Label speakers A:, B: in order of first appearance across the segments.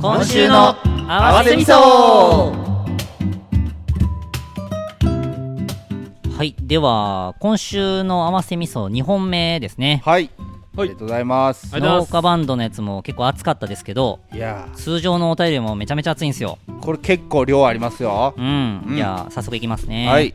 A: 今週の合わせ味噌はいでは今週の合わせ味噌2本目ですね
B: はい、あ
C: はい
B: りがとうございます
C: ありがと
A: 農
C: うござ
A: 家
C: います
A: バンドのやつも結構熱かったですけど
B: いや
A: 通常のお便りもめちゃめちゃ熱いんですよ
B: ーこれ結構量ありますよ
A: うん、
B: うん
A: じゃあ早速いきますね
B: はい、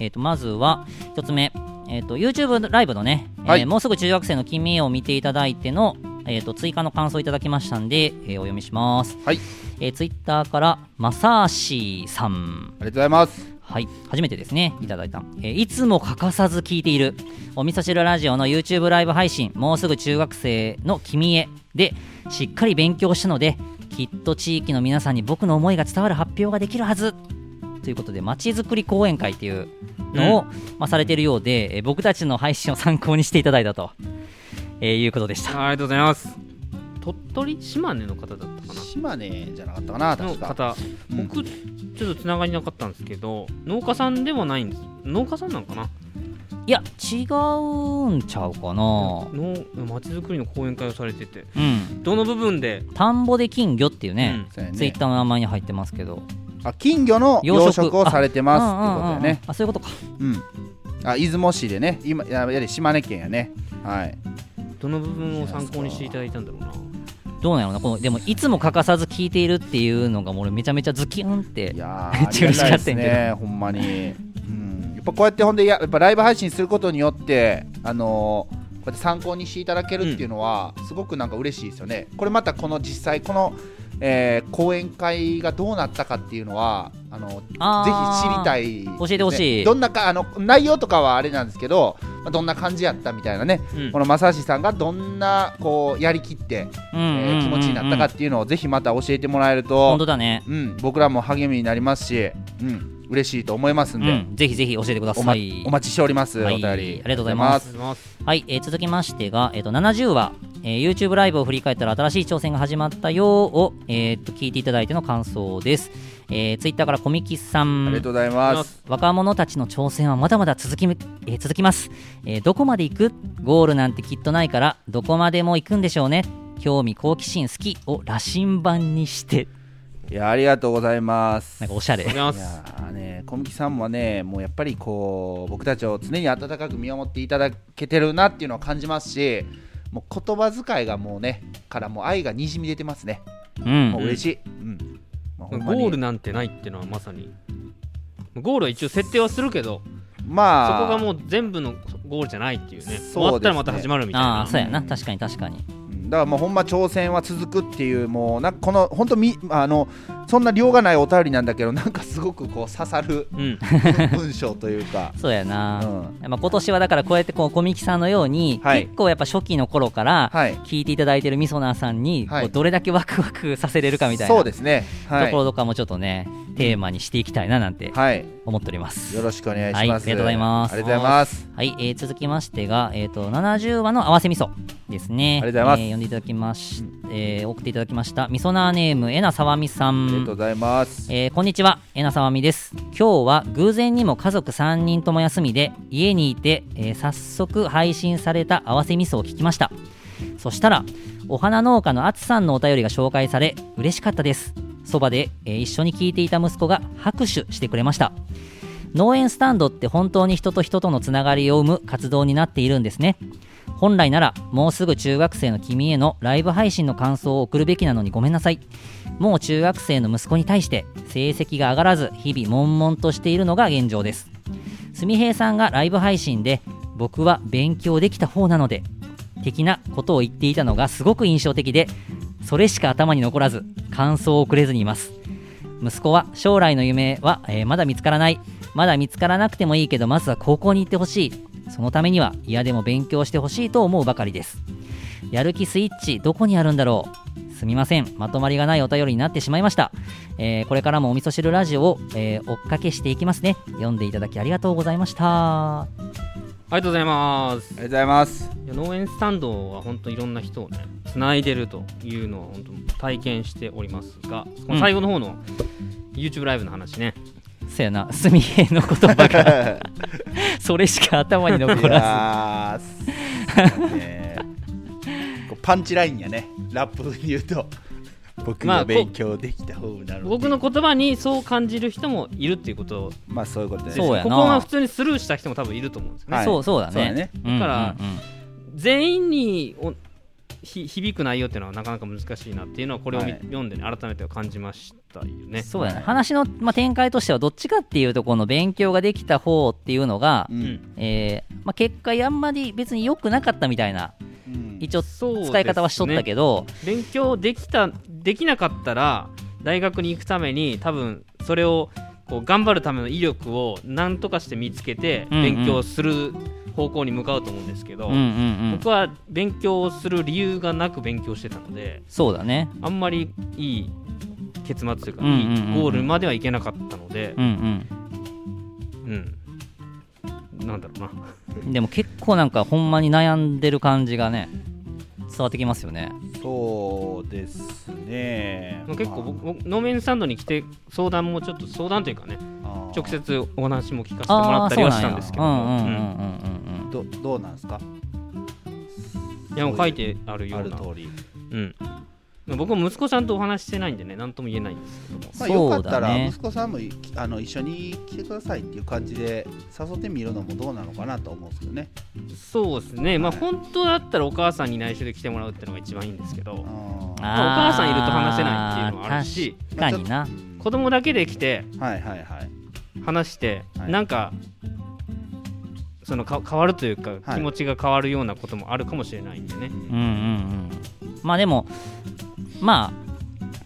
A: えー、とまずは一つ目、えー、と YouTube ライブのね、えー
B: はい
A: もうすぐ中学生の君へ」を見ていただいての、えー、と追加の感想をいただきましたんで、えーお読みします、
B: はい
A: えー、Twitter からまさーしーさん
B: ありがとうございます
A: はい初めてですねいただいた、えーいつも欠かさず聞いているお味噌汁ラジオの YouTube ライブ配信「もうすぐ中学生の君へ」でしっかり勉強したのできっと地域の皆さんに僕の思いが伝わる発表ができるはずということでまちづくり講演会っていうのを、まあ、されているようで、えー僕たちの配信を参考にしていただいたと、えーいうことでした
C: ありがとうございます鳥取島根の方だったか
B: 島根じゃなかったかな
C: なの
B: 確か
C: 方
B: うん
C: 僕ちょっとつながりなかったんですけど農家さんでもないんです農家さんなんかない
A: や違うんちゃうかな
C: 農まちづくりの講演会をされてて
A: うん
C: どの部分で
A: 田んぼで金魚っていうね、
B: そうやね
A: ツイッターの名前に入ってますけど
B: あ金魚の養
A: 養殖
B: 殖をされてます
A: うんうんうんうん
B: っていう
A: あそういうことか
B: ことだよねうんあ出雲市でね今ややはり島根県やねはい
C: どの部分を参考にしていただいたんだろうな
A: どうなのなこのでもいつも欠かさず聞いているっていうのがもう俺めちゃめちゃズキュンって
B: いや
A: めっちゃ嬉しかったんやけど
B: ありがたいですねほんまに、うん、やっぱこうやってほんでややっぱライブ配信することによってあのーこうやって参考にしていただけるっていうのは、すごくなんか嬉しいですよねこれまたこの実際この、えー講演会がどうなったかっていうのはあのぜひ知りた
A: い
B: い、
A: 教えてほしい
B: ねどんなかあの内容とかはあれなんですけど、まあ、どんな感じやったみたいなね、
C: うん
B: この正志さんがどんなこうやりきって、えー気持ちになったかっていうのをぜひまた教えてもらえると、
A: 本当だね
B: うん、僕らも励みになりますし、うん、嬉しいと思いますん
A: う
B: で、
A: んぜひぜひ教えてくだ
B: お
A: さ
B: ま
A: い
B: お待ちしております、
A: はい
B: お便り
A: ありがとうございま
C: あ
B: あ
C: りがとうございます
A: はい、えー続きましてが、えー、と70話、えー YouTube ライブを振り返ったら新しい挑戦が始まったよーを、えーと聞いていただいての感想です、えー、Twitter からコミキさん
B: りがとうございます
A: 若者たちの挑戦はまだまだ続き,、えー続きます、えーどこまで行くゴールなんてきっとないからどこまでも行くんでしょうね興味好奇心好きを羅針盤にして
B: いやありがとうございます
A: なんかおしゃれ
C: ありがとうご
B: い
C: ざいます
B: やーね小麦さんもねもうやっぱりこう僕たちを常に温かく見守っていただけてるなっていうのを感じますしもう言葉遣いがもうねからもう愛がにじみ出てますね
A: う
B: もうん嬉しい、うんまあほんまに
C: ゴールなんてないってのはまさにゴールは一応設定はするけどそ
B: まあ
C: こがもう全部のゴールじゃないっていうね
B: そうですね
C: 終わったらまた始まるみたい
A: ああ
C: な
A: そうやな確かに確かに
B: うんだからもうほんま挑戦は続くっていうもうなんかこの本当みあのそんな量がないお便りなんだけどなんかすごくこう刺 さる
C: うん
B: 文章というか
A: そうやな、
B: うん
A: まあ、今年はだからこうやってこう小ミキさんのように、
B: はい
A: 結構やっぱ初期の頃から
B: はい
A: 聞いていただいてるみそなーさんに、
B: はい
A: こうどれだけワクワクさせれるかみたいな
B: そうですねは
A: と
B: い
A: ころとかもちょっとねテーマにしていきたいななんて
B: はい
A: 思っております。
B: よろしくお願いします、
A: はいありがとうございます
B: ありがとうございます
A: はい、えー続きましてが、えー、と70話の合わせ味噌ですね。
B: ありがとうございます
A: えー読んでいただきまし、えー送っていただきました、みそなーネーム、えなさわみさ
B: ありが
A: ん
B: とう。ございます
A: えーこんにちは、えなさわみです。今日は偶然にも家族3人とも休みで、家にいて、えー早速配信された合わせ味噌を聞きました。そしたら、お花農家のあつさんのお便りが紹介され、嬉しかったです。そばで、えー一緒に聞いていた息子が拍手してくれました。農園スタンドって本当に人と人とのつながりを生む活動になっているんですね本来ならもうすぐ中学生の君へのライブ配信の感想を送るべきなのにごめんなさいもう中学生の息子に対して成績が上がらず日々悶々としているのが現状ですすみへいさんがライブ配信で僕は勉強できた方なので的なことを言っていたのがすごく印象的でそれしか頭に残らず感想をくれずにいます息子は将来の夢は、えーまだ見つからないまだ見つからなくてもいいけどまずは高校に行ってほしいそのためには嫌でも勉強してほしいと思うばかりですやる気スイッチどこにあるんだろうすみませんまとまりがないお便りになってしまいました、えーこれからもお味噌汁ラジオを、えー追っかけしていきますね読んでいただきありがとうございました
C: ありがとうございます
B: ありがとうございます
C: いや農園スタンドは本当いろんな人をねつないでるというのを本当体験しておりますがこの最後の方の YouTube ライブの話ね、
A: そやなすみへの言葉が それしか頭に残
B: い
A: ら
B: やーすねこうパンチラインやねラップで言うと僕
C: まあ
B: が
C: こ
B: 勉強できた方なので、
C: 僕の言葉にそう感じる人もいるっていうこと
B: まあそういうことです
A: そうや
C: こ
A: な
C: こは普通にスルーした人も多分いると思うんですよね、
B: はい
A: そうそうだ
B: そうだ
A: ね
B: ね。
A: うんうんうん
C: だから全員におひ響く内容っていうのはなかなか難しいなっていうのはこれを見、
B: はい
C: 読んでね改めて感じましたよね
A: そうだね
B: はい
A: 話の、まあ、展開としてはどっちかっていうとこの勉強ができた方っていうのが、
B: う
C: うんん
A: えーまあ、結果あんまり別に良くなかったみたいな
B: うん
A: 一応
C: そうですね
A: 使い方はしとったけど、
C: 勉強できたできなかったら大学に行くために多分それをこう頑張るための威力を何とかして見つけて
A: うんうん
C: 勉強する方向に向かうと思うんですけど、
A: うんうんうん
C: 僕は勉強をする理由がなく勉強してたので
A: そうだね
C: あんまりいい結末というか、
A: うんうんうんうん
C: いいゴールまではいけなかったので、
A: うん
C: うん、なんだろうな
A: うんでも結構なんかほんまに悩んでる感じがね伝わってきますよね
B: そうですね。
C: もう結構僕僕ノーメンスタンドに来て相談もちょっと相談というかね
B: まあ
C: 直
B: あ
C: 接お話も聞かせてもら
A: あ
C: っ
A: あ
C: た
A: ーそう
C: りは
A: なん
C: し
A: や
C: た
A: うん
C: ん
A: うん
C: ですけ
A: うんうん
B: ーどど
C: どうん
B: うなんですか。
C: いやもう書いてあるよ
B: あ
C: う
B: る
C: な
B: 通り。
C: うん、僕も息子さんとお話ししてないんでね何とも言えないんですけども
B: まあ、
A: そ
B: よ
A: うだね
B: かったら息子さんもいあの一緒に来てくださいっていう感じで誘ってみるのもどうなのかなと思うんですけどね。
C: そうですねまあ
B: はい
C: 本当だったらお母さんに内緒で来てもらうってのが一番いいんですけど
B: あー
A: あー
C: お母さんいると話せないっていうのもあるし
A: 確かにな、
C: 子供だけで来て
B: はいはいはい。
C: 話して、
B: はい
C: なんかそのか変わるというか、
B: はい
C: 気持ちが変わるようなこともあるかもしれないんでね、
A: うんうんうん、まあでもま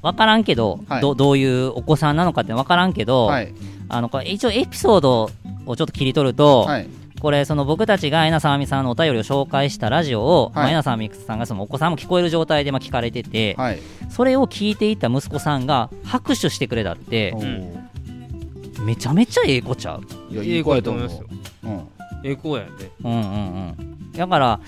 A: あ分からんけど、
B: はい
A: どどういうお子さんなのかって分からんけど、
B: はい
A: あのこれ一応エピソードをちょっと切り取ると、
B: はい
A: これその僕たちがえなさあみさんのお便りを紹介したラジオを、
B: い
A: まあえなさあみさんがそのお子さんも聞こえる状態でまあ聞かれてて、
B: はい。
A: それを聞いていた息子さんが拍手してくれたって
B: おー
A: めちゃめちゃええ子ちゃう
B: いや
C: ええ
B: いい子やと
C: い
B: 思
C: い子や
B: う
C: と。
B: うん
C: ええ子やで
A: うんうんうんだから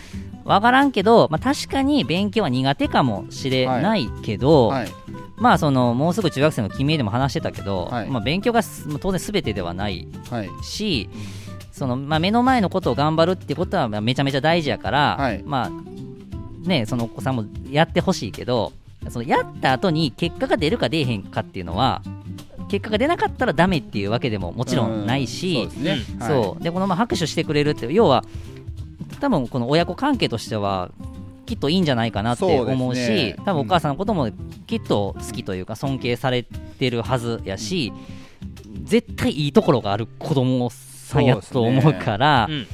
A: 分からんけど、まあ、確かに勉強は苦手かもしれないけど、
B: はい
A: まあそのもうすぐ中学生の君へでも話してたけど、
B: はい
A: まあ、勉強がす当然すべてではない
B: はい
A: し、そのまあ、目の前のことを頑張るってことはまあめちゃめちゃ大事やから、
B: はい
A: まあね、そのお子さんもやってほしいけどそのやった後に結果が出るか出えへんかっていうのは結果が出なかったらダメっていうわけでももちろんないし、
B: うんそうですね。はい
A: そうでこのまあ拍手してくれるって要は多分この親子関係としてはきっといいんじゃないかなって
B: そうですね
A: 思うし
B: うん
A: 多分お母さんのこともきっと好きというか尊敬されてるはずやし、絶対いいところがある子供さんやと思うから
C: うん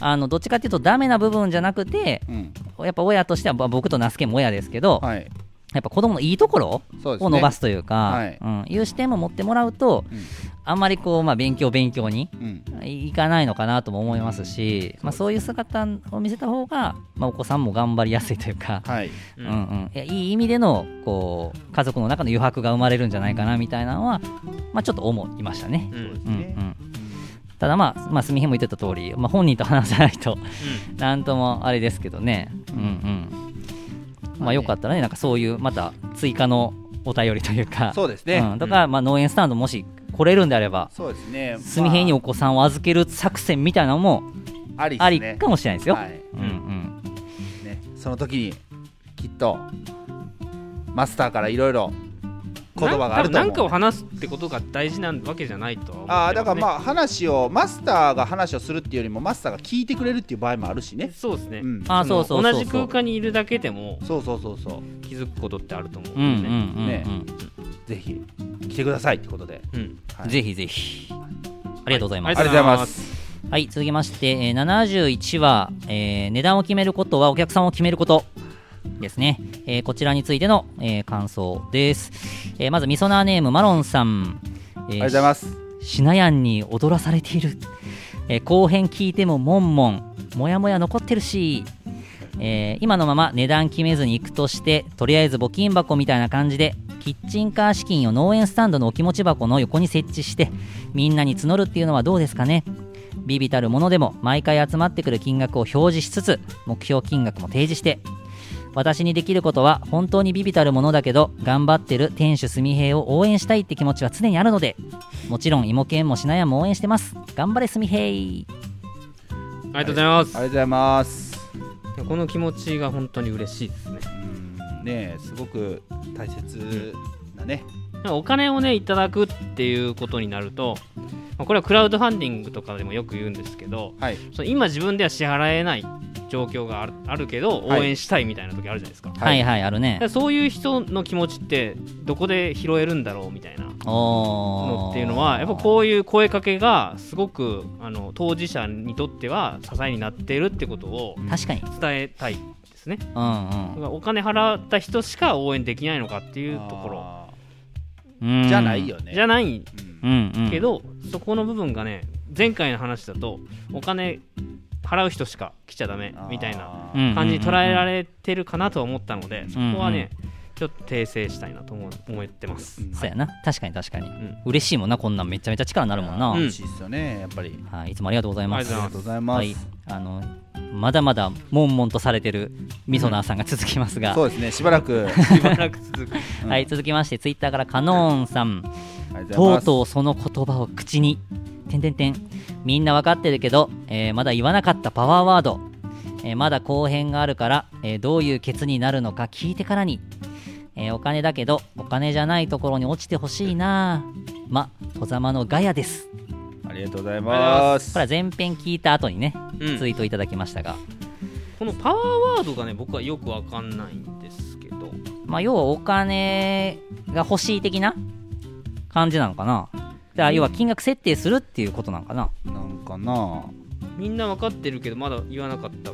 A: あのどっちかっていうとダメな部分じゃなくて
B: うん
A: やっぱ親としてはまあ僕と那須家も親ですけど、
B: はい。
A: やっぱ子供のいいところ
B: そうですね。
A: を伸ばすというか
B: はい
A: うん、いう視点も持ってもらうと、
B: うん
A: あんまりこう、まあ、勉強勉強に
B: うん。
A: いかないのかなとも思いますし、まあ、そういう姿を見せた方が、まあ、お子さんも頑張りやすいという か、
B: はい。
A: う
C: うんん
A: うん、いやいい意味でのこう家族の中の余白が生まれるんじゃないかなみたいなのは、まあ、ちょっと思いましたね。
C: うん
A: うんう
B: ね
A: ん、ただまあ、まあ、すみへも言ってた通り、まあ、本人と話さないと なんともあれですけどね、うんうんまあ、よかったらねなんかそういうまた追加のお便りというか
B: そうですね
A: ん、とか、まあ、農園スタンドもし来れるんであれば
B: そうですね。
A: 住平にお子さんを預ける作戦みたいなのも
B: ありですね
A: ありかもしれないですよ。
B: はい
A: うんうん、
B: ね、その時にきっとマスターからいろいろ言葉があると
C: な
B: 思
C: ん
B: う
C: なんかを話すってことが大事なわけじゃないとは思ってますね、
B: あーだからまあ話をマスターが話をするっていうよりもマスターが聞いてくれるっていう場合もあるしね、
C: そうですね、
B: うん、
A: あそうそうそうそう
C: 同じ空間にいるだけでも
B: そうそうそうそう
C: 気づくことってあると思う
A: うんうん
C: んでね、
A: うん、
B: ねぜひ来てくださいってことで、
C: うん
B: はい
A: ぜひぜひありがとうございます、
B: あ
A: はい
B: りがとうございます
A: 続きまして、えー、71話、えー値段を決めることはお客さんを決めること」ですね、えーこちらについての、えー感想です、えーまずみそなーネームマロンさん、え
B: あ
A: ー
B: りがとうございます
A: しなやんに踊らされている、えー後編聞いてももんもんもやもや残ってるし、えー今のまま値段決めずに行くとしてとりあえず募金箱みたいな感じでキッチンカー資金を農園スタンドのお気持ち箱の横に設置してみんなに募るっていうのはどうですかねビビたるものでも毎回集まってくる金額を表示しつつ目標金額も提示して私にできることは本当にビビたるものだけど頑張ってる店主すみへいを応援したいって気持ちは常にあるのでもちろん芋犬もしなやんも応援してます頑張れすみへい
C: ありがとうございま
B: あ
C: す
B: りがとうございます
C: この気持ちが本当に嬉しいですね
B: うんねえすごく大切なね、
C: なんかお金をねいただくっていうことになると、まあこれはクラウドファンディングとかでもよく言うんですけど
B: はい
C: その今自分では支払えない状況があるあるけど応
B: はい
C: 援したいみたいな時あるじゃないですか,、
A: はいはいある ね
C: そういう人の気持ちってどこで拾えるんだろうみたいな
A: おー
C: のっていうのはやっぱこういう声かけがすごくあの当事者にとっては支えになっているってことを
A: 確かに
C: 伝えたいですねだ
A: う
C: からお金払った人しか応援できないのかっていうところ
B: あ
A: んうん
B: ー
A: うん
B: じゃないよね
C: じゃない
B: うん
A: うんうん
C: けど、そこの部分がね前回の話だとお金払う人しか来ちゃダメみたいな
B: あ
A: う
B: ー
A: ん
C: 感じに捉えられてるかなとは思ったので、そこはね、ちょっと訂正したいなと思う思ってます、
B: うん
A: そうやな確かに確かに
C: うん
A: 嬉しいもんなこんなんめちゃめちゃ力になるもんな、
C: うん
B: 嬉しいですよねやっぱり
A: はい、いつもありがとうございます
B: ありがとうございます、
A: はい、あのまだまだ悶々とされてるみそなーさんが続きますが、
B: そうですねしばらく、
C: しばらく続く
B: うん
A: はい、続きましてツイッターからカノーンさん
B: ありがとう
A: と
B: ございま
A: う
B: す
A: とうその言葉を口にてんてんてんみんなわかってるけど、えーまだ言わなかったパワーワード、えーまだ後編があるから、えーどういうケツになるのか聞いてからに、えーお金だけどお金じゃないところに落ちてほしいなぁま戸様のガヤです
B: ありがとうございます
A: これは前編聞いた後にね
C: うん
A: ツイートいただきましたが、
C: このパワーワードがね僕はよくわかんないんですけど
A: まあ、要はお金が欲しい的な感じなのかなだから要は金額設定するっていうことなのかな
B: なんかな
C: みんなわかってるけどまだ言わなかった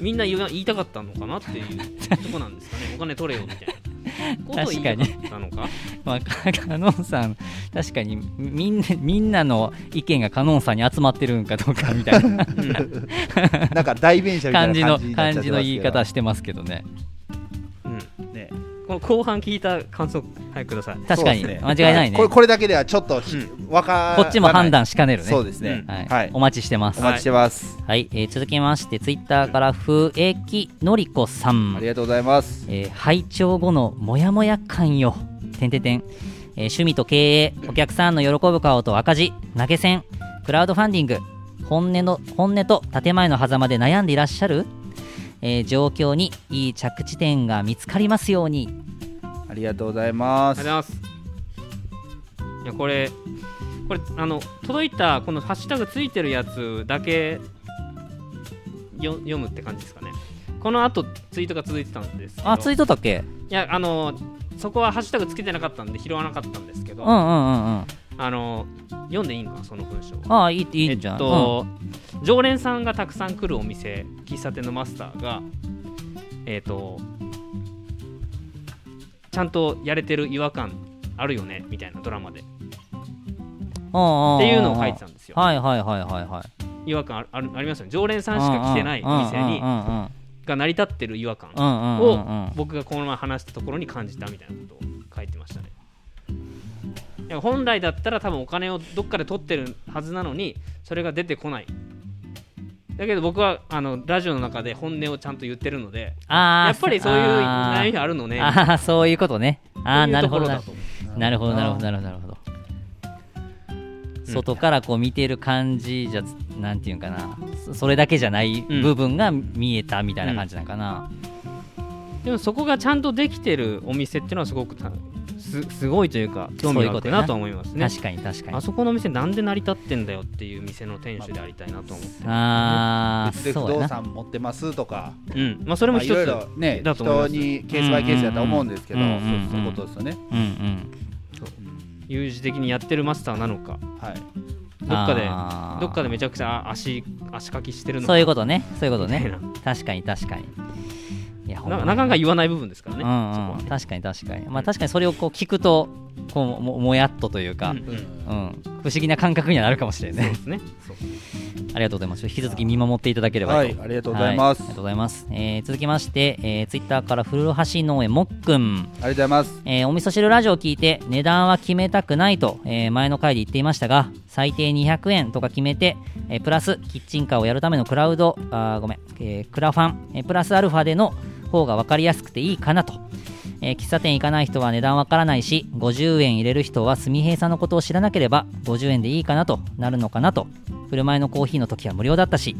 C: みんな言わ言いたかったのかなっ ていうとこなんですかねお金取れよみたいなことを言いたかったのか
A: まあ、かカノンさん、確かにみんなみんなの意見がカノンさんに集まってるんかどうかみたい な
B: なんか代弁者みたい
A: 感
B: な
A: じの
B: 感じになっちゃ
A: 感
B: っ
A: じの
B: てますけど
A: 言い方してますけどね、
C: うん
B: ね
C: この後半聞いた感想早くください
A: 確かに、
B: そうですね
A: 間違いないね、
B: これ
A: こ
B: これだけではちょっとひわか
A: っちも判断しかねるね、
B: そうですね、
C: うん
A: はい
B: はい
A: お待ちしてます。
B: お
A: はい
B: 待ちしてます、
A: えー続きまして、ツイッターから、ふえきのりこさん。
B: ありがとうございます
A: えー拝聴後のモヤモヤ感よ。てんてんてん。えー趣味と経営、お客さんの喜ぶ顔と赤字、投げ銭、クラウドファンディング、本音の、本音と建前の狭間で悩んでいらっしゃるえー状況にいい着地点が見つかりますように。
B: ありがとうございます
C: ありがとうございますいやこれこれあの届いたこのハッシュタグついてるやつだけよ読むって感じですかねこの後ツイートが続いてたんですけど
A: あ、ツイ
C: い
A: ートだっけ
C: やあのそこはハッシュタグつけてなかったんで拾わなかったんですけ
A: う
C: ど、
A: んうんうんうん。
C: あの読んでいいのかなその文章は
A: ああ、いい、いいんじゃな
C: えっ
A: い、
C: と、常連さんがたくさん来るお店喫茶店のマスターがえっ、とちゃんとやれてる違和感あるよねみたいなドラマでっ
A: うん、
C: ていうのを書いてた
A: ん
C: んです
A: で
C: よ
A: はいはいはいはいはい。
C: 違和感あるあるありますよね常連さんしか来てないお店に
A: うんうんうん
C: が成り立ってる違和感
A: うんうんうんうんうん
C: を僕がこの前話したところに感じたみたいなことを書いてましたねいや本来だったら多分お金をどっかで取ってるはずなのにそれが出てこないだけど僕はあのラジオの中で本音をちゃんと言ってるので
A: あー
C: やっぱりそういう
A: あー
C: 悩みあるのね
A: ああそういうことねああ
C: とい
A: な
C: う
A: る
C: と
A: ほ
C: こ
A: ど
C: ろ
A: な
C: だ
A: る
C: と
A: ほどなるほどなるほどなるほどなるほど
C: うん
A: 外からこう見てる感じじゃなんていうんかなそそれだけじゃない部分が見えたみたいな感じなんかな、
C: でもそこがちゃんとできてるお店っていうのはすごくたすすごいというか興
A: そ
C: 味が
A: ういう
C: 湧
A: こと
C: く
A: やな
C: なとは思いますね
A: 確かに確かに
C: あそこの店なんで成り立ってんだよっていう店の店主でありたいなと思って、
A: ああ
B: で不
A: そうや
B: 動
A: な
B: 産持ってますとか
C: うんまあ、それも
B: まあ
C: 一
B: い
C: つ
B: ろいろね
C: だと思いま
B: 人
C: す
B: にケースバイケースだと思うんですけど
A: う
B: そ
A: んうん
B: う
A: うん
B: そういうことですよね
A: うんうん
C: 有事的にやってるマスターなのか
B: はい
C: どっかで
A: あー
C: どっかでめちゃくちゃあ足足かきしてるの
A: そう
C: か
A: いうことねそういうこと
C: みた
A: ね
C: い
A: 確かに確かにいやほんま
C: な
A: に
C: なかなか言わない部分ですからね、そこ
A: うん
C: は
A: うん、
C: ね
A: 確かに確かに、まあ、確かにそれをこう聞くとこうももやっとというか、
C: う
A: うんん
C: うん
A: 不思議な感覚にはなるかもしれないね
C: ですね
A: ありがとうございます。引き続き見守っていただければ
B: は
A: と
B: いありがとうございます
A: はありがとうございます。えー続きまして、えー、ツイッターから古橋農園もっくん。
B: ありがとうございます
A: えーお味噌汁ラジオを聞いて値段は決めたくないと、えー前の回で言っていましたが最低200円とか決めて、えープラスキッチンカーをやるためのクラウドあーごめん、えークラファン、えープラスアルファでの方が分かりやすくていいかなと、えー喫茶店行かない人は値段分からないし50円入れる人は純平さんのことを知らなければ50円でいいかなとなるのかなと振る舞いのコーヒーの時は無料だったし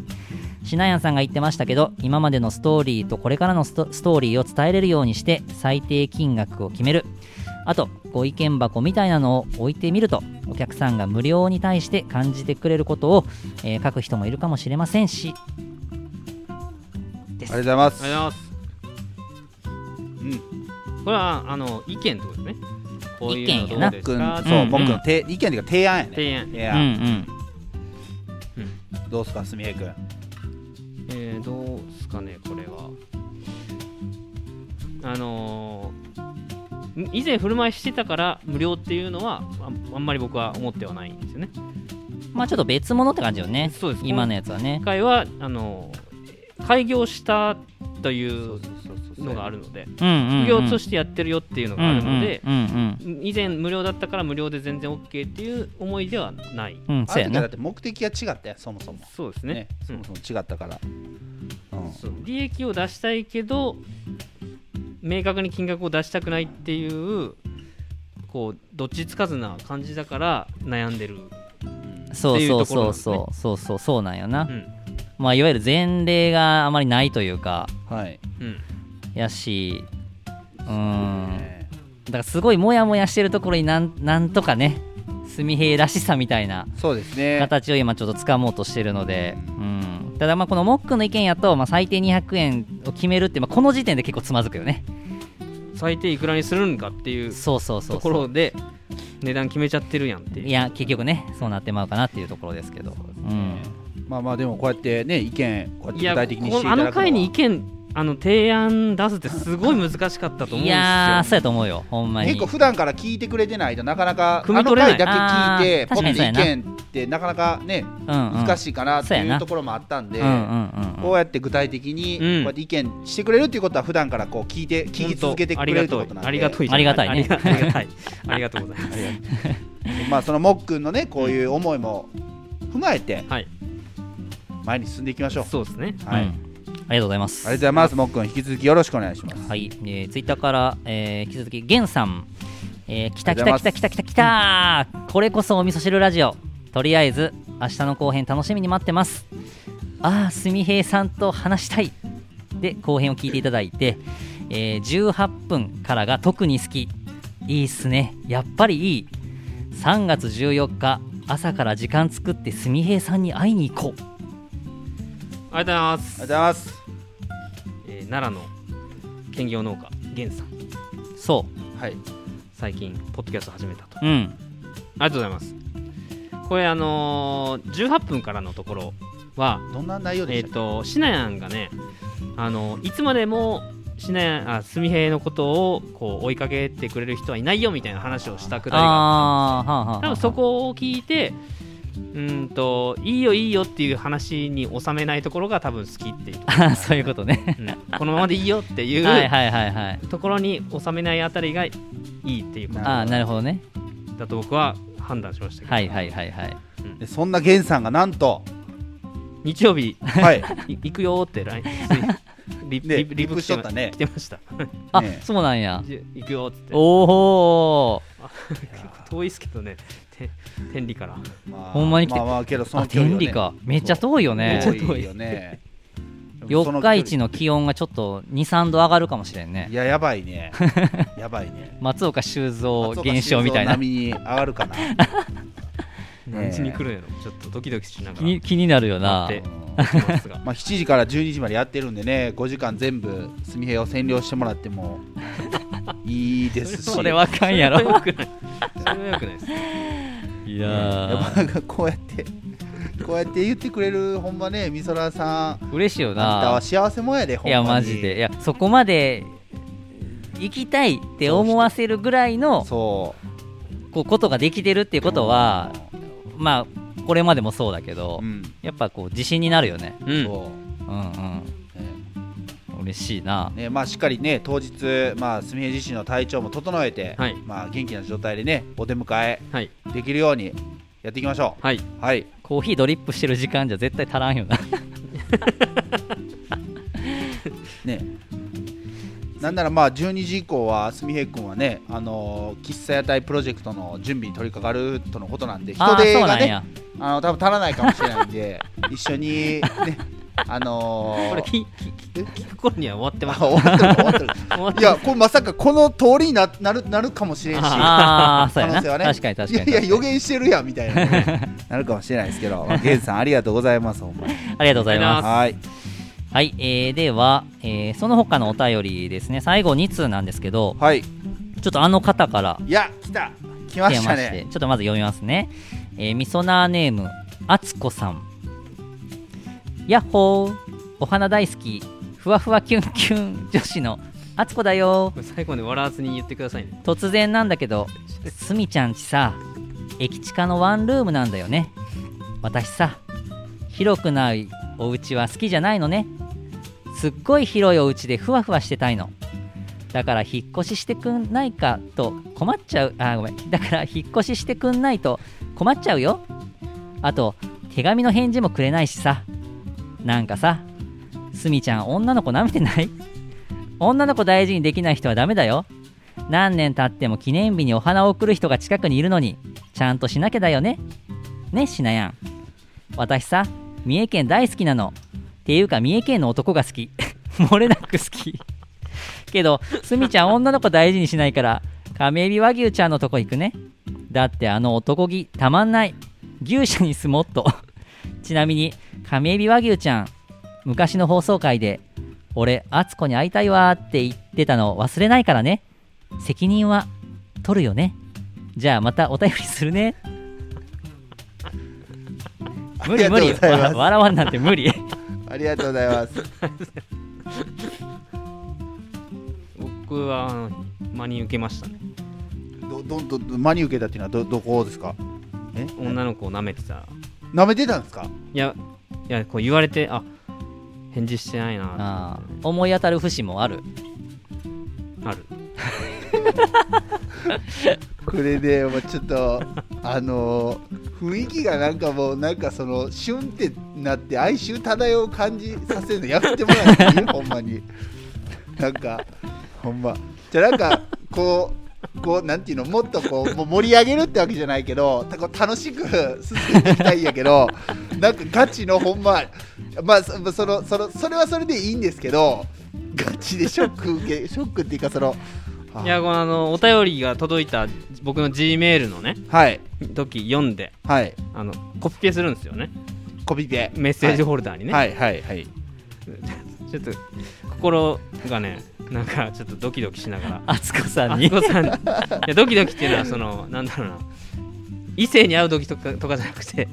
A: しなやんさんが言ってましたけど今までのストーリーとこれからのストストーリーを伝えれるようにして最低金額を決めるあとご意見箱みたいなのを置いてみるとお客さんが無料に対して感じてくれることを、えー書く人もいるかもしれませんし
B: りがとうございます
C: ありがとうございますこれはあの意見ってことですねこういうの
A: 意
C: どう
B: う
C: で
B: ん
C: す
B: くん
C: か
B: そう、
A: うん
B: 僕の提意見というか提案やね
C: 提
B: い
C: 案
A: うん
B: や、
A: うん
B: どうすかすみえくん
C: えー、どうすかねこれはあのーん以前振る舞いしてたから無料っていうのはああんまり僕は思ってはないんですよね
A: まあちょっと別物って感じよね
C: そうです
A: 今のやつはね
C: 今回はあのー開業したというのがあるので
A: うんうんうん
C: 副業としてやってるよっていうのがあるので、
A: うんうん
C: 以前無料だったから無料で全然 OK っていう思いではない
A: うんうんそ
B: あ
A: う
B: の
A: や
B: 時はだ
A: な
B: って目的が違ったやんそもそも
C: そうですね
B: ねそもそも違ったから、うん
C: そう利益を出したいけど明確に金額を出したくないっていうこうどっちつかずな感じだから悩んでる、
A: そうそう
C: っていうところ
A: そ
C: なん
A: う
C: ですね
A: そうそうそうそうなんよ
C: う
A: な、
C: ん
A: まあいわゆる前例があまりないというか
B: はい、
C: うん、
A: やしうーん
B: ね
A: だからすごいモヤモヤしてるところになんなんとかね純平らしさみたいな
B: そうですね
A: 形を今ちょっと掴もうとしてるので、うん、ただまあこのモックの意見やと、まあ、最低200円を決めるって、まあ、この時点で結構つまずくよね
C: 最低いくらにするんかっていう
A: そうそうそう
C: と
A: そ
C: こ
A: う
C: ろで値段決めちゃってるやんっていう
A: いや結局ねそうなってまうかなっていうところですけどうん
B: まあまあでもこうやってね意見こうやって
C: い
B: 具
C: や
B: 体的にしてい
C: こ
B: ただくの
C: のあ
B: は
C: の回に意見あの提案出すってすごい難しかったと思うんですよ
A: いやーそうやと思うよほんまに
B: 結構普段から聞いてくれてないとなかなか
C: 汲み取れな
B: あ
C: い
B: の回だけ聞い
A: あー
B: てポ
A: 確か
B: ッ
A: にそう
B: て
A: やな
B: 意見ってなかなかね難
A: い
B: しいかなって
A: そうや
B: いう
A: な
B: ところもあったんで、
A: うんうんうんうん
B: こうやって具体的にこ
C: う
B: うんやって意見してくれるっていうことは普段からこう聞いて聞き続けてくれるってことなんで
C: ありがとう
A: ありがたいね
C: あり がたいありがとうございます
B: まあそのもっくんのねこういう思いも踏まえて
C: はい
B: 前に進んでいきましょう、
C: そうですね
B: はい、
A: う
B: ありがと
A: んありがとうございます
B: うございますもっくん引き続きよろしくお願いします
A: はい、えー、ツイッターから、えー、引き続き、ゲンさん、えー、来た来た
B: あり
A: 来た
B: がと
A: 来た来た来たこれこそお味噌汁ラジオ。とりあえず、明日の後編楽しみに待ってます。ああ、すみへいさんと話したい。で、後編を聞いていただいて、えー、18分からが特に好き。いいっすね。やっぱりいい。3月14日、朝から時間作ってすみへいさんに会いに行こう。
C: ありがとうござい
B: ありがと
C: ます
B: うございます
C: えー奈良の兼業農家源さん
A: そ
B: はい
C: 最近ポッドキャスト始めたとあ
A: う。うん。
C: りがとうございますこれあのー18分からのところは
B: どんな内容で
C: えっ、
B: したっ
C: とシナヤンがねあのいつまでもシナヤンあ純平のことをこう追いかけてくれる人はいないよみたいな話をしたくだり
A: ああ、
C: が
A: はあはあはあ。
C: 多分そこを聞いてうーんといいよいいよっていう話に収めないところが多分好きっていうとこ
A: あー。 そういうことね。
C: ろ、うんこのままでいいよっていう
A: はいはいはいはい。
C: ところに収めないあたりがいいっていうこと
A: ああなるほどね
C: だと僕は判断しましたけど、
A: はいはいはいはい
B: けでそんな源さんがなん と
C: 日曜日
B: はい
C: い 行くよーって LINE リ
B: ね
C: リリ
B: リプしとったね
C: 来てました
A: あ、
B: ねえ
A: そうなんや
C: じ行くよーっつって
A: おお
C: 結構遠いですけどねて天理から
B: まあ
A: ほんまに来て
B: まあまあけどそ
A: あ
B: の距
A: 天
B: 離はね
A: 理かめっちゃ遠いよね
B: そう遠いよね
A: 四日市
B: の
A: の気温がちょっと23度上がるかもしれんね
B: いややば いねやばいね
A: 松岡修造
B: 松岡
A: 現象みたいな
B: 修造並みに上がるかなえ
C: 何時に来るのやろちょっとドキドキしなが
A: 気
C: ら
A: に気になるよ
C: な
A: な
C: って
B: うん
C: 行きますが
B: まあ、7時から12時までやってるんでね5時間全部純平を占領してもらっても いいですし
A: それはあかんや
C: それ
A: ろ
C: はよくないそれはよくないです
A: い
B: うんやっ
A: や
B: ぱなんかこうやってこうやって言ってくれるほんまねみそらさん
A: ー嬉しいよ
B: あんたは
A: な
B: 幸せもんやでほ
A: い
B: んま
A: や
B: に
A: マジでいやそこまで行きたいって思わせるぐらいの
B: そう
A: こうことができてるっていうことはまあこれまでもそうだけど、
B: うん、
A: やっぱこう自信になるよね
C: うん
B: そ
A: うんうん
B: うね
A: 嬉しいな
B: ねまあ、しっかりね当日、まあ、純平自身の体調も整えて、
C: はい
B: まあ、元気な状態でねお出迎え
C: はい
B: できるようにやっていきましょう
C: はい
B: はい
A: コーヒードリップしてる時間じゃ絶対足らんよな
B: ねなんならまあ12時以降は純平君はね、あのー喫茶屋台プロジェクトの準備に取り掛かるとのことなんで人
A: ああ
B: 手
A: そう
B: が
A: なん
B: ね
A: や
B: あの多分足らないかもしれないんで一緒に、ね、あのー
C: これ聞聞聞聞く頃には終わってま
B: あ
C: す
B: 終わってる終わってる
C: 終わっ
B: いやこれまさかこの通りにななるなるかもしれんし
A: ああ、そうや
B: 可
A: な。
B: 能性はね
A: 確かに確かに。
B: いやいや予言してるやんみたいな ねなるかもしれないですけど、まあ、ゲイズさんありがとうございますほんまに
A: ありがとうございます。
B: はい
A: はい、えー、では、えー、その他のお便りですね。最後2通なんですけど、
B: はい
A: ちょっとあの方から
B: いや来た来ま
A: 来て
B: し
A: ま
B: た
A: して、
B: ね
A: ちょっとまず読みますね。えー、みそなーネーム、あつこさん。やっほー、お花大好き、ふわふわキュンキュン女子のあつこだよー
C: これ最後まで笑わずに言ってくださいね
A: 突然なんだけどすみちゃんちさ駅地下のワンルームなんだよね私さ広くないお家は好きじゃないのねすっごい広いお家でふわふわしてたいのだから引っ越ししてくんないかと困っちゃうあごめんだから引っ越ししてくんないと困っちゃうよあと手紙の返事もくれないしさなんかさすみちゃん女の子舐めてない女の子大事にできない人はダメだよ何年経っても記念日にお花を贈る人が近くにいるのにちゃんとしなきゃだよねねしなやん私さ三重県大好きなのっていうか三重県の男が好き 漏れなく好きけどすみちゃん女の子大事にしないから亀エビ和牛ちゃんのとこ行くねだってあの男気たまんない牛舎に住もっと ちなみに亀エビ和牛ちゃん昔の放送回で「俺あつこに会いたいわ」って言ってたの忘れないからね責任は取るよねじゃあまたお便りするね無理
B: ありが
A: 無
B: とう
A: 理
B: ございます
A: わ笑わんなんて無理
B: ありがとうございます
C: 僕はあの真に受けましたね
B: どどんどん真に受けたっていうのはどどこですかえ
C: 女の子を舐めてた
B: 舐めてたんですか
C: いやいやこう言われてあ返事してないな
A: あー思い当たる節もある
C: ある
B: これでもうちょっとあのー雰囲気がなんかもうなんかそのシュンってなって哀愁漂う感じさせるのやめてもらっていいほんまになんかほんまじゃあなんかこうこうなんていうのもっとこうもう盛り上げるってわけじゃないけどたこう楽しく進んでいきたいんやけどなんかガチのほんままあそそのそのそれはそれでいいんですけどガチでショック受けショックっていうかそのあ
C: いやこのあのお便りが届いた僕の G メールのね
B: はい
C: 時読んで
B: はい
C: あのコピペするんですよね
B: コピペ
C: メッセージホルダーにね、
B: はいはいはい
C: ちょっと心がねなんかちょっとドキドキしながら
A: あつこさ
C: あ
A: ん
C: き
A: に
C: こさんいやドキドキっていうのはそのなんだろうな異性に会う時とかとかじゃな くて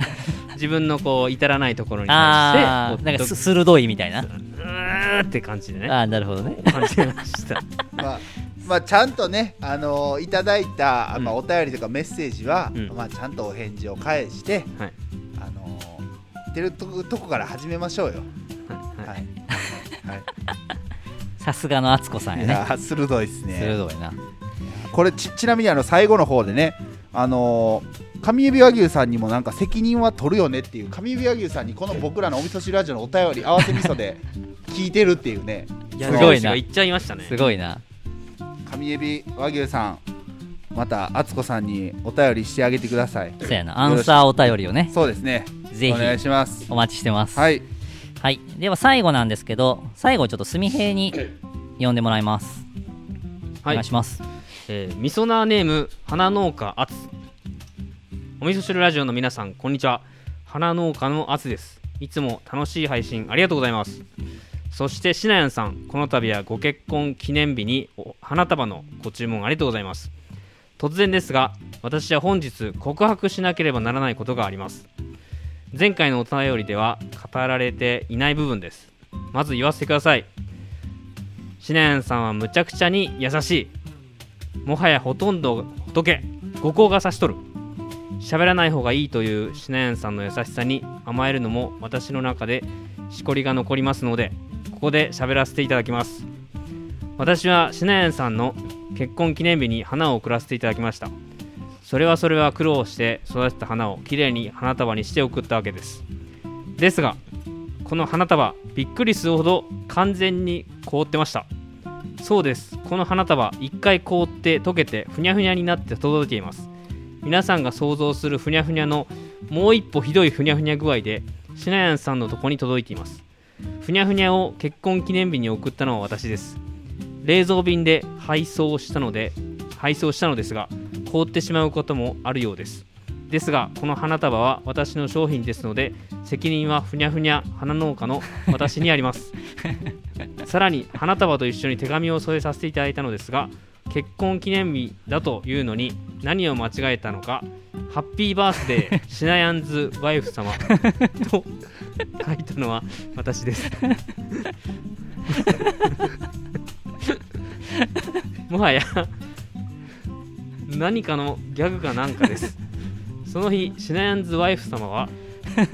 C: 自分のこう至らないところに対
A: あ
C: し
A: あ
C: て
A: なんか
C: こう
A: す
C: ドキ
A: 鋭いみたいな
C: うーって感じでね
A: ああなるほどね
C: 感じました
B: まあ、まあちゃんとね、あのーいただいた、
C: うん
B: まあ、お便りとかメッセージは、
C: うん
B: まあ、ちゃんとお返事を返して、
C: はい
B: あのー出るとことこから始めましょうよ。
C: はい
B: は
C: はい
B: い。はい
A: さすがのあつこさんや
B: い
A: ね
B: やー鋭いですね。
A: 鋭いな
B: これちちなみにあの最後の方でね、あのー上指和牛さんにもなんか責任は取るよねっていう上指和牛さんにこの僕らのお味噌汁ラジオのお便り合わせ味噌で聞いてるっていうね
A: すごいな
C: や言っちゃいましたね
A: すごいな
B: 上指和牛さんまた敦子さんにお便りしてあげてください
A: そうやなアンサーお便りをね
B: そうですね。
A: ぜひ
B: お願いします。
A: お待ちしてます
B: はい。
A: はい、では最後なんですけど最後ちょっとすみへいに呼んでもらいますお
C: は
A: 願
C: い
A: いします
C: えーみそなーネーム花農家あつお味噌汁ラジオの皆さんこんにちは花農家のあつですいつも楽しい配信ありがとうございますそしてしなやんさんこの度はご結婚記念日にお花束のご注文ありがとうございます突然ですが私は本日告白しなければならないことがあります前回のお便りでは語られていない部分ですまず言わせてくださいしなやんさんはむちゃくちゃに優しいもはやほとんど仏五行が差しとる喋らない方がいいというしなやんさんの優しさに甘えるのも私の中でしこりが残りますのでここで喋らせていただきます私はしなやんさんの結婚記念日に花を贈らせていただきましたそれはそれは苦労して育てた花をきれいに花束にして贈ったわけですですがこの花束びっくりするほど完全に凍ってましたそうですこの花束一回凍って溶けてふにゃふにゃになって届いています皆さんが想像するふにゃふにゃのもう一歩ひどいふにゃふにゃ具合でしなやんさんのとこに届いていますふにゃふにゃを結婚記念日に送ったのは私です冷蔵便で配送したので配送したのですが凍ってしまうこともあるようですですがこの花束は私の商品ですので責任はふにゃふにゃ花農家の私にありますさらに花束と一緒に手紙を添えさせていただいたのですが結婚記念日だというのに何を間違えたのかハッピーバースデーシナヤンズワイフ様と書いたのは私ですもはや何かのギャグかなんかですその日シナヤンズワイフ様は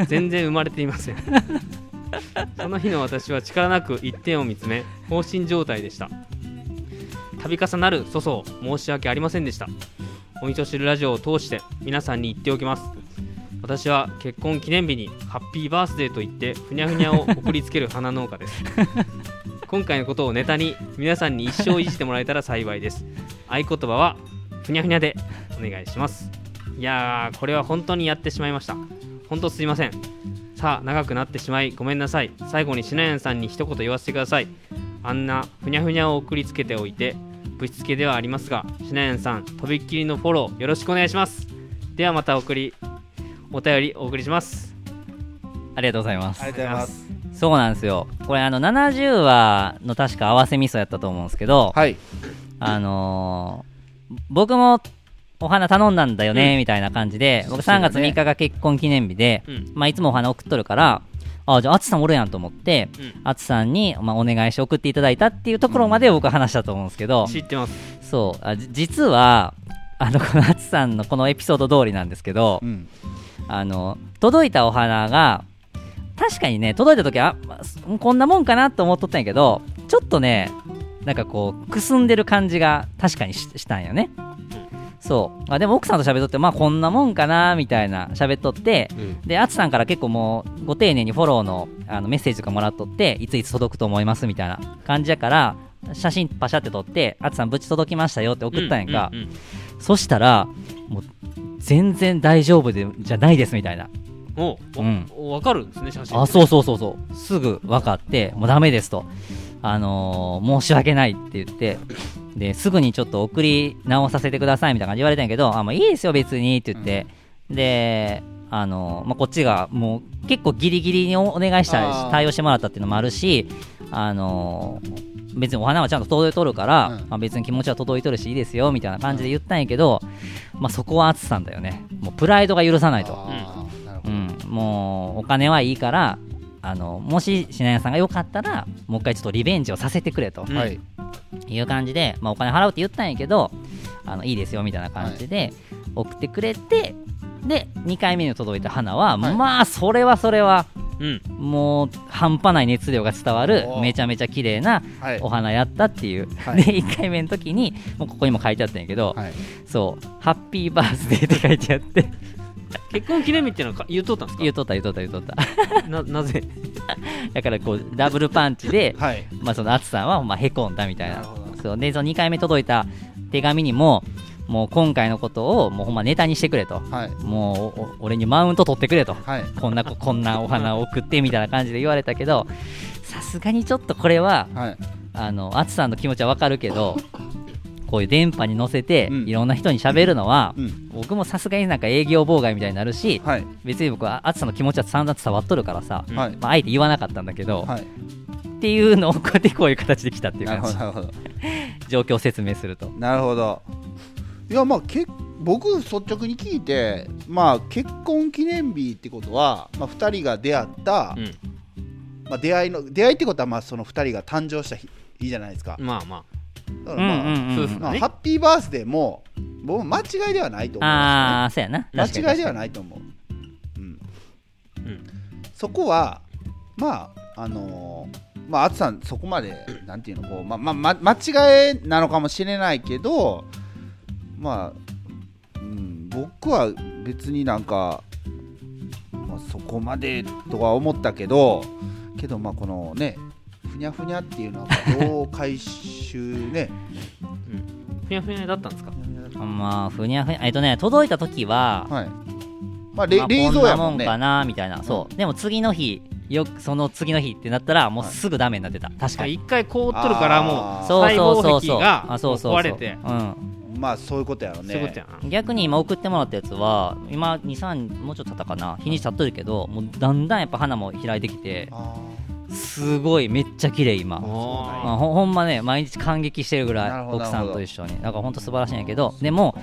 C: 全然生まれていませんその日の私は力なく一点を見つめ放心状態でした度重なる粗相申し訳ありませんでしたお味噌汁ラジオを通して皆さんに言っておきます私は結婚記念日にハッピーバースデーと言ってふにゃふにゃを送りつける花農家です今回のことをネタに皆さんに一生いじってもらえたら幸いです合言葉はふにゃふにゃでお願いしますいやーこれは本当にやってしまいました本当すいませんさあ長くなってしまいごめんなさい最後にしなやんさんに一言言わせてくださいあんなふにゃふにゃを送りつけておいてぶしつけではありますがしなやんさんとびっきりのフォローよろしくお願いしますではまたお送りお便りお送りします
A: ありがとうございます
B: ありがとうございます
A: そうなんですよこれあの70話の確か合わせ味噌やったと思うんですけど、
B: はい
A: あのー僕もお花頼んだんだよねみたいな感じで、僕3月3日が結婚記念日で、
C: うん
A: まあ、いつもお花送っとるからあじゃあ淳さんおるやんと思って
C: うん
A: 淳、さんに、まあ、お願いして送っていただいたっていうところまで僕は話したと思うんですけど、
C: 知ってます
A: そうあじ実はあのこの淳さんのこのエピソード通りなんですけど、
B: うん
A: あの届いたお花が確かにね届いた時あまあすこんなもんかなと思っとったんやけどちょっとねなんかこうくすんでる感じが確かにししたんよねそうあでも奥さんと喋っとってまあこんなもんかなみたいな喋っとってであつさんから結構もうご丁寧にフォローのあのメッセージとかもらっとっていついつ届くと思いますみたいな感じやから写真パシャって撮ってあつさんぶち届きましたよって送ったんやんか、
C: うう
A: そしたらもう全然大丈夫でじゃないですみたいな
C: おお
A: うん
C: おわかるんですね写真
A: あそうそうそうそうすぐ分かってもうダメですとあのー申し訳ないって言ってですぐにちょっと送り直させてくださいみたいな感じで言われたんやけどあもういいですよ別にって言って、であのーまあ、こっちがもう結構ギリギリにおお願いした
B: あー
A: し対応してもらったっていうのもあるしあのー別にお花はちゃんと届いとるから、
B: うん
A: まあ、別に気持ちは届いとるしいいですよみたいな感じで言ったんやけど、まあ、そこは淳さんだよねもうプライドが許さないと
B: あーなるほ
A: う
B: ど
A: ん、もうお金はいいからあのもし品屋さんがよかったらもう一回ちょっとリベンジをさせてくれと
C: うん
B: はい
A: いう感じで、まあ、お金払うって言ったんやけどあのいいですよみたいな感じで送ってくれて、で2回目に届いた花は、
B: はい
A: まあそれはそれは
C: うん
A: もう半端ない熱量が伝わる
B: おー
A: めちゃめちゃ綺麗な
B: はい
A: お花やったっていう、
B: はい
A: で1回目の時にもうここにも書いてあったんやけど、
B: はい
A: そう「ハッピーバースデー」って書いてあって
C: 結婚記念日っていうのは言うとったんですか
A: 言うとった言うとった言うとった
C: ななぜ
A: だからこうダブルパンチで
B: はい
A: まあ、その淳さんはまあへこんだみたいな
B: なるほど
A: そうでその2回目届いた手紙にももう今回のことをもうほんまネタにしてくれと
B: はい
A: もうお俺にマウント取ってくれと
B: はい
A: こんなここんなお花を送ってみたいな感じで言われたけどさすがにちょっとこれは
B: はい
A: あの淳さんの気持ちはわかるけどこういう電波に乗せて
B: うん
A: いろんな人に喋るのは、
B: うん
A: 僕もさすがになんか営業妨害みたいになるし
B: はい
A: 別に僕は淳さんの気持ちは散々伝わっとるからさ、
C: うん
B: はい
A: まあ、あえて言わなかったんだけど、
B: はい
A: っていうのをこうやってこういう形で来たっていう
B: なる
A: 感
B: ほ
A: じ
B: どなるほど
A: 状況を説明すると。
B: なるほどいやまあけ僕率直に聞いてまあ結婚記念日ってことは、まあ、2人が出会った、
C: う
B: まあ、出会いの出会いってことはまあその2人が誕生した日日じゃないですか
C: んまあま
B: だからまあ、
C: あ夫婦
B: ま
C: が
B: あ
C: ね
B: ハッピーバースデーも僕も間違いではないと思い
A: あ
B: ま
A: あ、そうやな。。
B: す、ね、間違いではいないと思う、うん、
C: あうん
B: そこはまああのーまあ淳さんそこまでなんていうのこう、ままま、間違いなのかもしれないけどまあ、うん、僕は別になんか、まあ、そこまでとは思ったけどけどまあこのねふにゃふにゃっていうのはどう回収ね
C: ふにゃふにゃだったんですか
A: まあ、ふにゃふにゃ。えっとね、届いた時は、
B: はいまあ、れ冷蔵やもんね
A: まあこなもんかな、みたいな。そう。でも次の日、よくその次の日ってなったらもうすぐダメになってた確かに
C: 一回凍っとるからも
B: あ
C: う
B: ー
A: そう
C: 細
A: そうそうそ
C: 胞
A: う
C: 壁が
A: あそうそうそう
C: 壊れて
A: うん
B: まあそういうことやろね
C: そういうことやな
A: 逆に今送ってもらったやつは今23もうちょっと経ったかな日にち経っとるけどもうだんだんやっぱ花も開いてきて
B: あ
A: すごいめっちゃ綺麗今
B: ー
C: あ
A: まあ、ほほんまね毎日感激してるぐ
B: な
A: ら
B: る
A: い
B: ほど
A: 奥さん
B: なるほ
A: と
B: ど
A: 一緒にだからほんと素晴らしいんやけどでも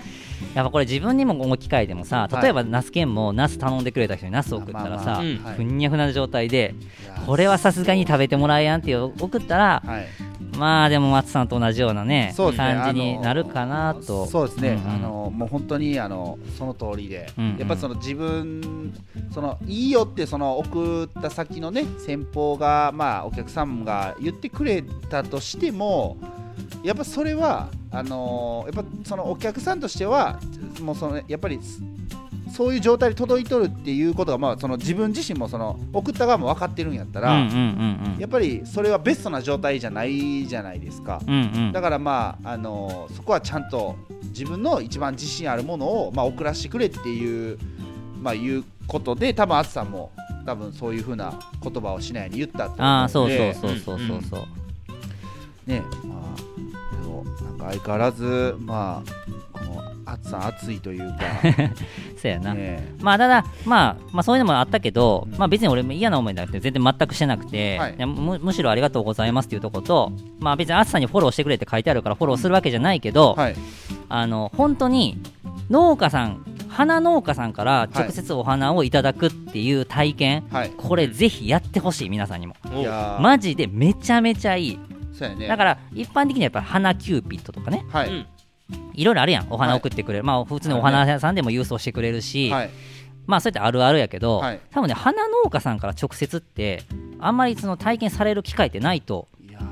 A: やっぱこれ自分にも思う機会でもさ
B: はい
A: 例えばナス券もナス頼んでくれた人にナス送ったら
B: まあ
A: さ
C: まあうん
B: はい
A: ふんにゃふな状態で
B: いや
A: これはさすがに食べてもらえやんって送ったら
B: はい
A: まあでも松さんと同じようなね
B: そうですね
A: 感じになるかなと
B: そうですね、
A: んん
B: あのもう本当にあのその通りで、
A: うんうん
B: やっぱその自分そのいいよってその送った先のね先方がまあお客さんが言ってくれたとしてもやっぱそれはあのやっぱそのお客さんとしてはもうそのやっぱりそういう状態で届いとるっていうことがまあその自分自身もその送った側も分かってるんやった
A: うん
B: ら、
A: うんうん
B: やっぱりそれはベストな状態じゃないじゃないですか。
A: うんうんうん
B: だからまあ、あのそこはちゃんと自分の一番自信あるものを、まあ、送らせてくれっていう,、まあ、いうことで多分淳さんも多分そういうふうな言葉をしないように言ったと思うので
A: ああそうそうそうそう
C: うん
A: そううんそう
B: ねまあ、でもなんか相変わらず、まあ、この淳さん熱いという
A: そうや
B: か、
A: な
B: ね、
A: まあただ、まあ、まあそういうのもあったけど、
B: うん
A: まあ別に俺も嫌な思いなくて全然全くしてなくて、
B: はい
A: いやむむしろありがとうございますっていうとこと、まあ別に暑さんにフォローしてくれって書いてあるからフォローするわけじゃないけど、
B: はい、
A: あの本当に農家さん花農家さんから直接お花をいただくっていう体験、
B: はい、
A: これぜひやってほしい皆さんにも
C: ー
B: い
C: おう
B: やー
A: マジでめちゃめちゃいい
B: そうやね
A: だから一般的にはやっぱ花キューピッドとかね
B: はい、
C: うん
A: いろいろあるやんお花送ってくれる、まあ普通にお花屋さんでも郵送してくれるし、
B: はい、
A: まあそうやってあるあるやけど、
B: はい
A: 多分ね花農家さんから直接ってあんまりその体験される機会ってないと
B: いやー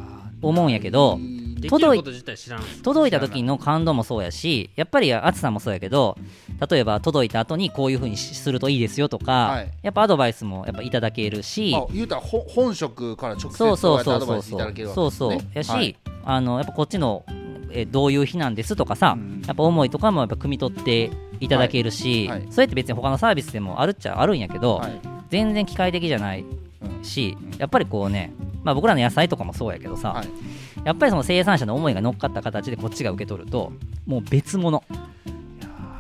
A: 思うんやけど
B: いい
C: できる
A: 届い
C: こと自体知らん
A: 届いた時の感動もそうやしやっぱり暑さもそうやけど例えば届いた後にこういうふうにしするといいですよとか、
B: はい
A: やっぱアドバイスもやっぱいただけるし、
B: まあ、言うたらほ本職から直接
A: そうそう
B: こう
A: そう
B: やってアドバ
A: そう
B: イスい
A: そ
B: ただけ
A: う
B: るわけ
A: そう
B: ですね
A: そうやし、
B: はい
A: あのやっぱこっちのえどういう避難ですとかさ、
B: うん
A: やっぱ思いとかもやっぱ汲み取っていただけるし、
B: はいはい
A: それって別に他のサービスでもあるっちゃあるんやけど、
B: はい
A: 全然機械的じゃないし、やっぱりこうね、まあ、僕らの野菜とかもそうやけどさ、
B: はい
A: やっぱりその生産者の思いが乗っかった形でこっちが受け取るともう別物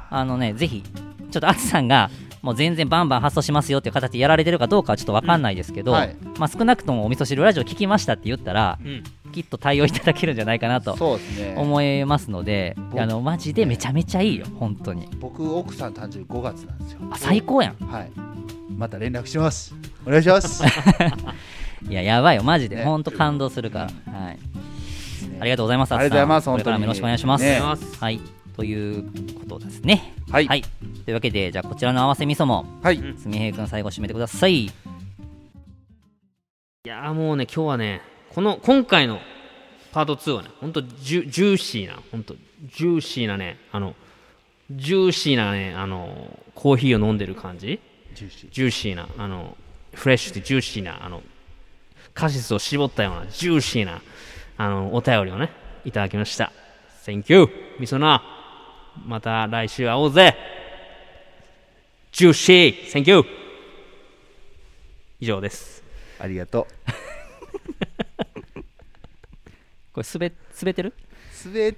A: あのねぜひちょっと淳さんがもう全然バンバン発送しますよっていう形でやられてるかどうかはちょっと分かんないですけど、
B: うんはい
A: まあ、少なくともお味噌汁ラジオ聞きましたって言ったら
C: うん
A: きっと対応いただけるんじゃないかなと
B: そうですね
A: 思いますので
B: 僕
A: あのマジでめちゃめちゃいいよ本当に
B: 僕奥さん誕生日5月なんですよ
A: あ最高やん
B: はいまた連絡しますお願いします
A: いややばいよマジ
B: ね
A: で本当感動するから、はいありが
B: と
A: とうございます。
B: ありがとうございます
A: あつさんこれからもよろしくお願いします。
B: 本
C: 当にねありがとうございます
A: はい、ということですね。
B: はい
A: というわけで、じゃあこちらの合わせ味噌も、
B: うはい、
C: ん
A: すみへいくん最後締めてください。
C: いやーもうね今日はねこの今回のパート2はね本当ジュジューシーな本当ジューシーなねあのジューシーなねあのコーヒーを飲んでる感じ
B: ジューシー
C: ジューシーなあのフレッシュでジューシーなあのカシスを絞ったようなジューシーなあのお便りをねいただきました Thank you みそなまた来週会おうぜジューシー Thank you 以上です
B: ありがとう
A: これ、すべ、すべてる
B: すべ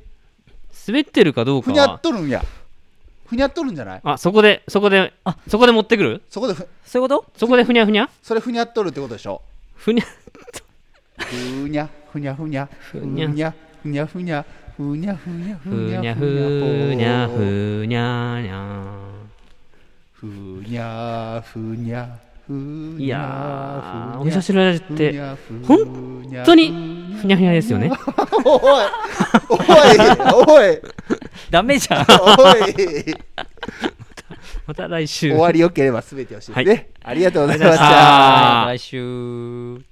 C: 滑ってるかどう
B: ふ
C: か
B: にゃっ
C: は
B: とるんやふにゃっとるんじゃない
C: あそこでそこで
A: あ
C: そこで持ってくる
B: そこでふ
A: そういうこと
C: そこでふにゃふにゃ
B: それふにゃっとるってことでしょ
C: ふにゃ
B: ふにゃふにゃふにゃふ
C: にゃ
B: ふにゃふにゃふにゃふにゃふ
C: ふにゃふにゃふにゃにゃ
B: ふにゃふにゃふにゃふにゃ
C: いやーお味噌
B: し
C: 汁ラジオって
B: 本
C: 本当にふにゃふにゃですよね
B: おいおいおい
A: ダメじゃん。
B: お い
C: また来週
B: 終わりよければ全てを知る
C: はい
B: ね、ありがとうございま し
C: ありがとうございました
B: た。
A: 来
C: ー
A: 週。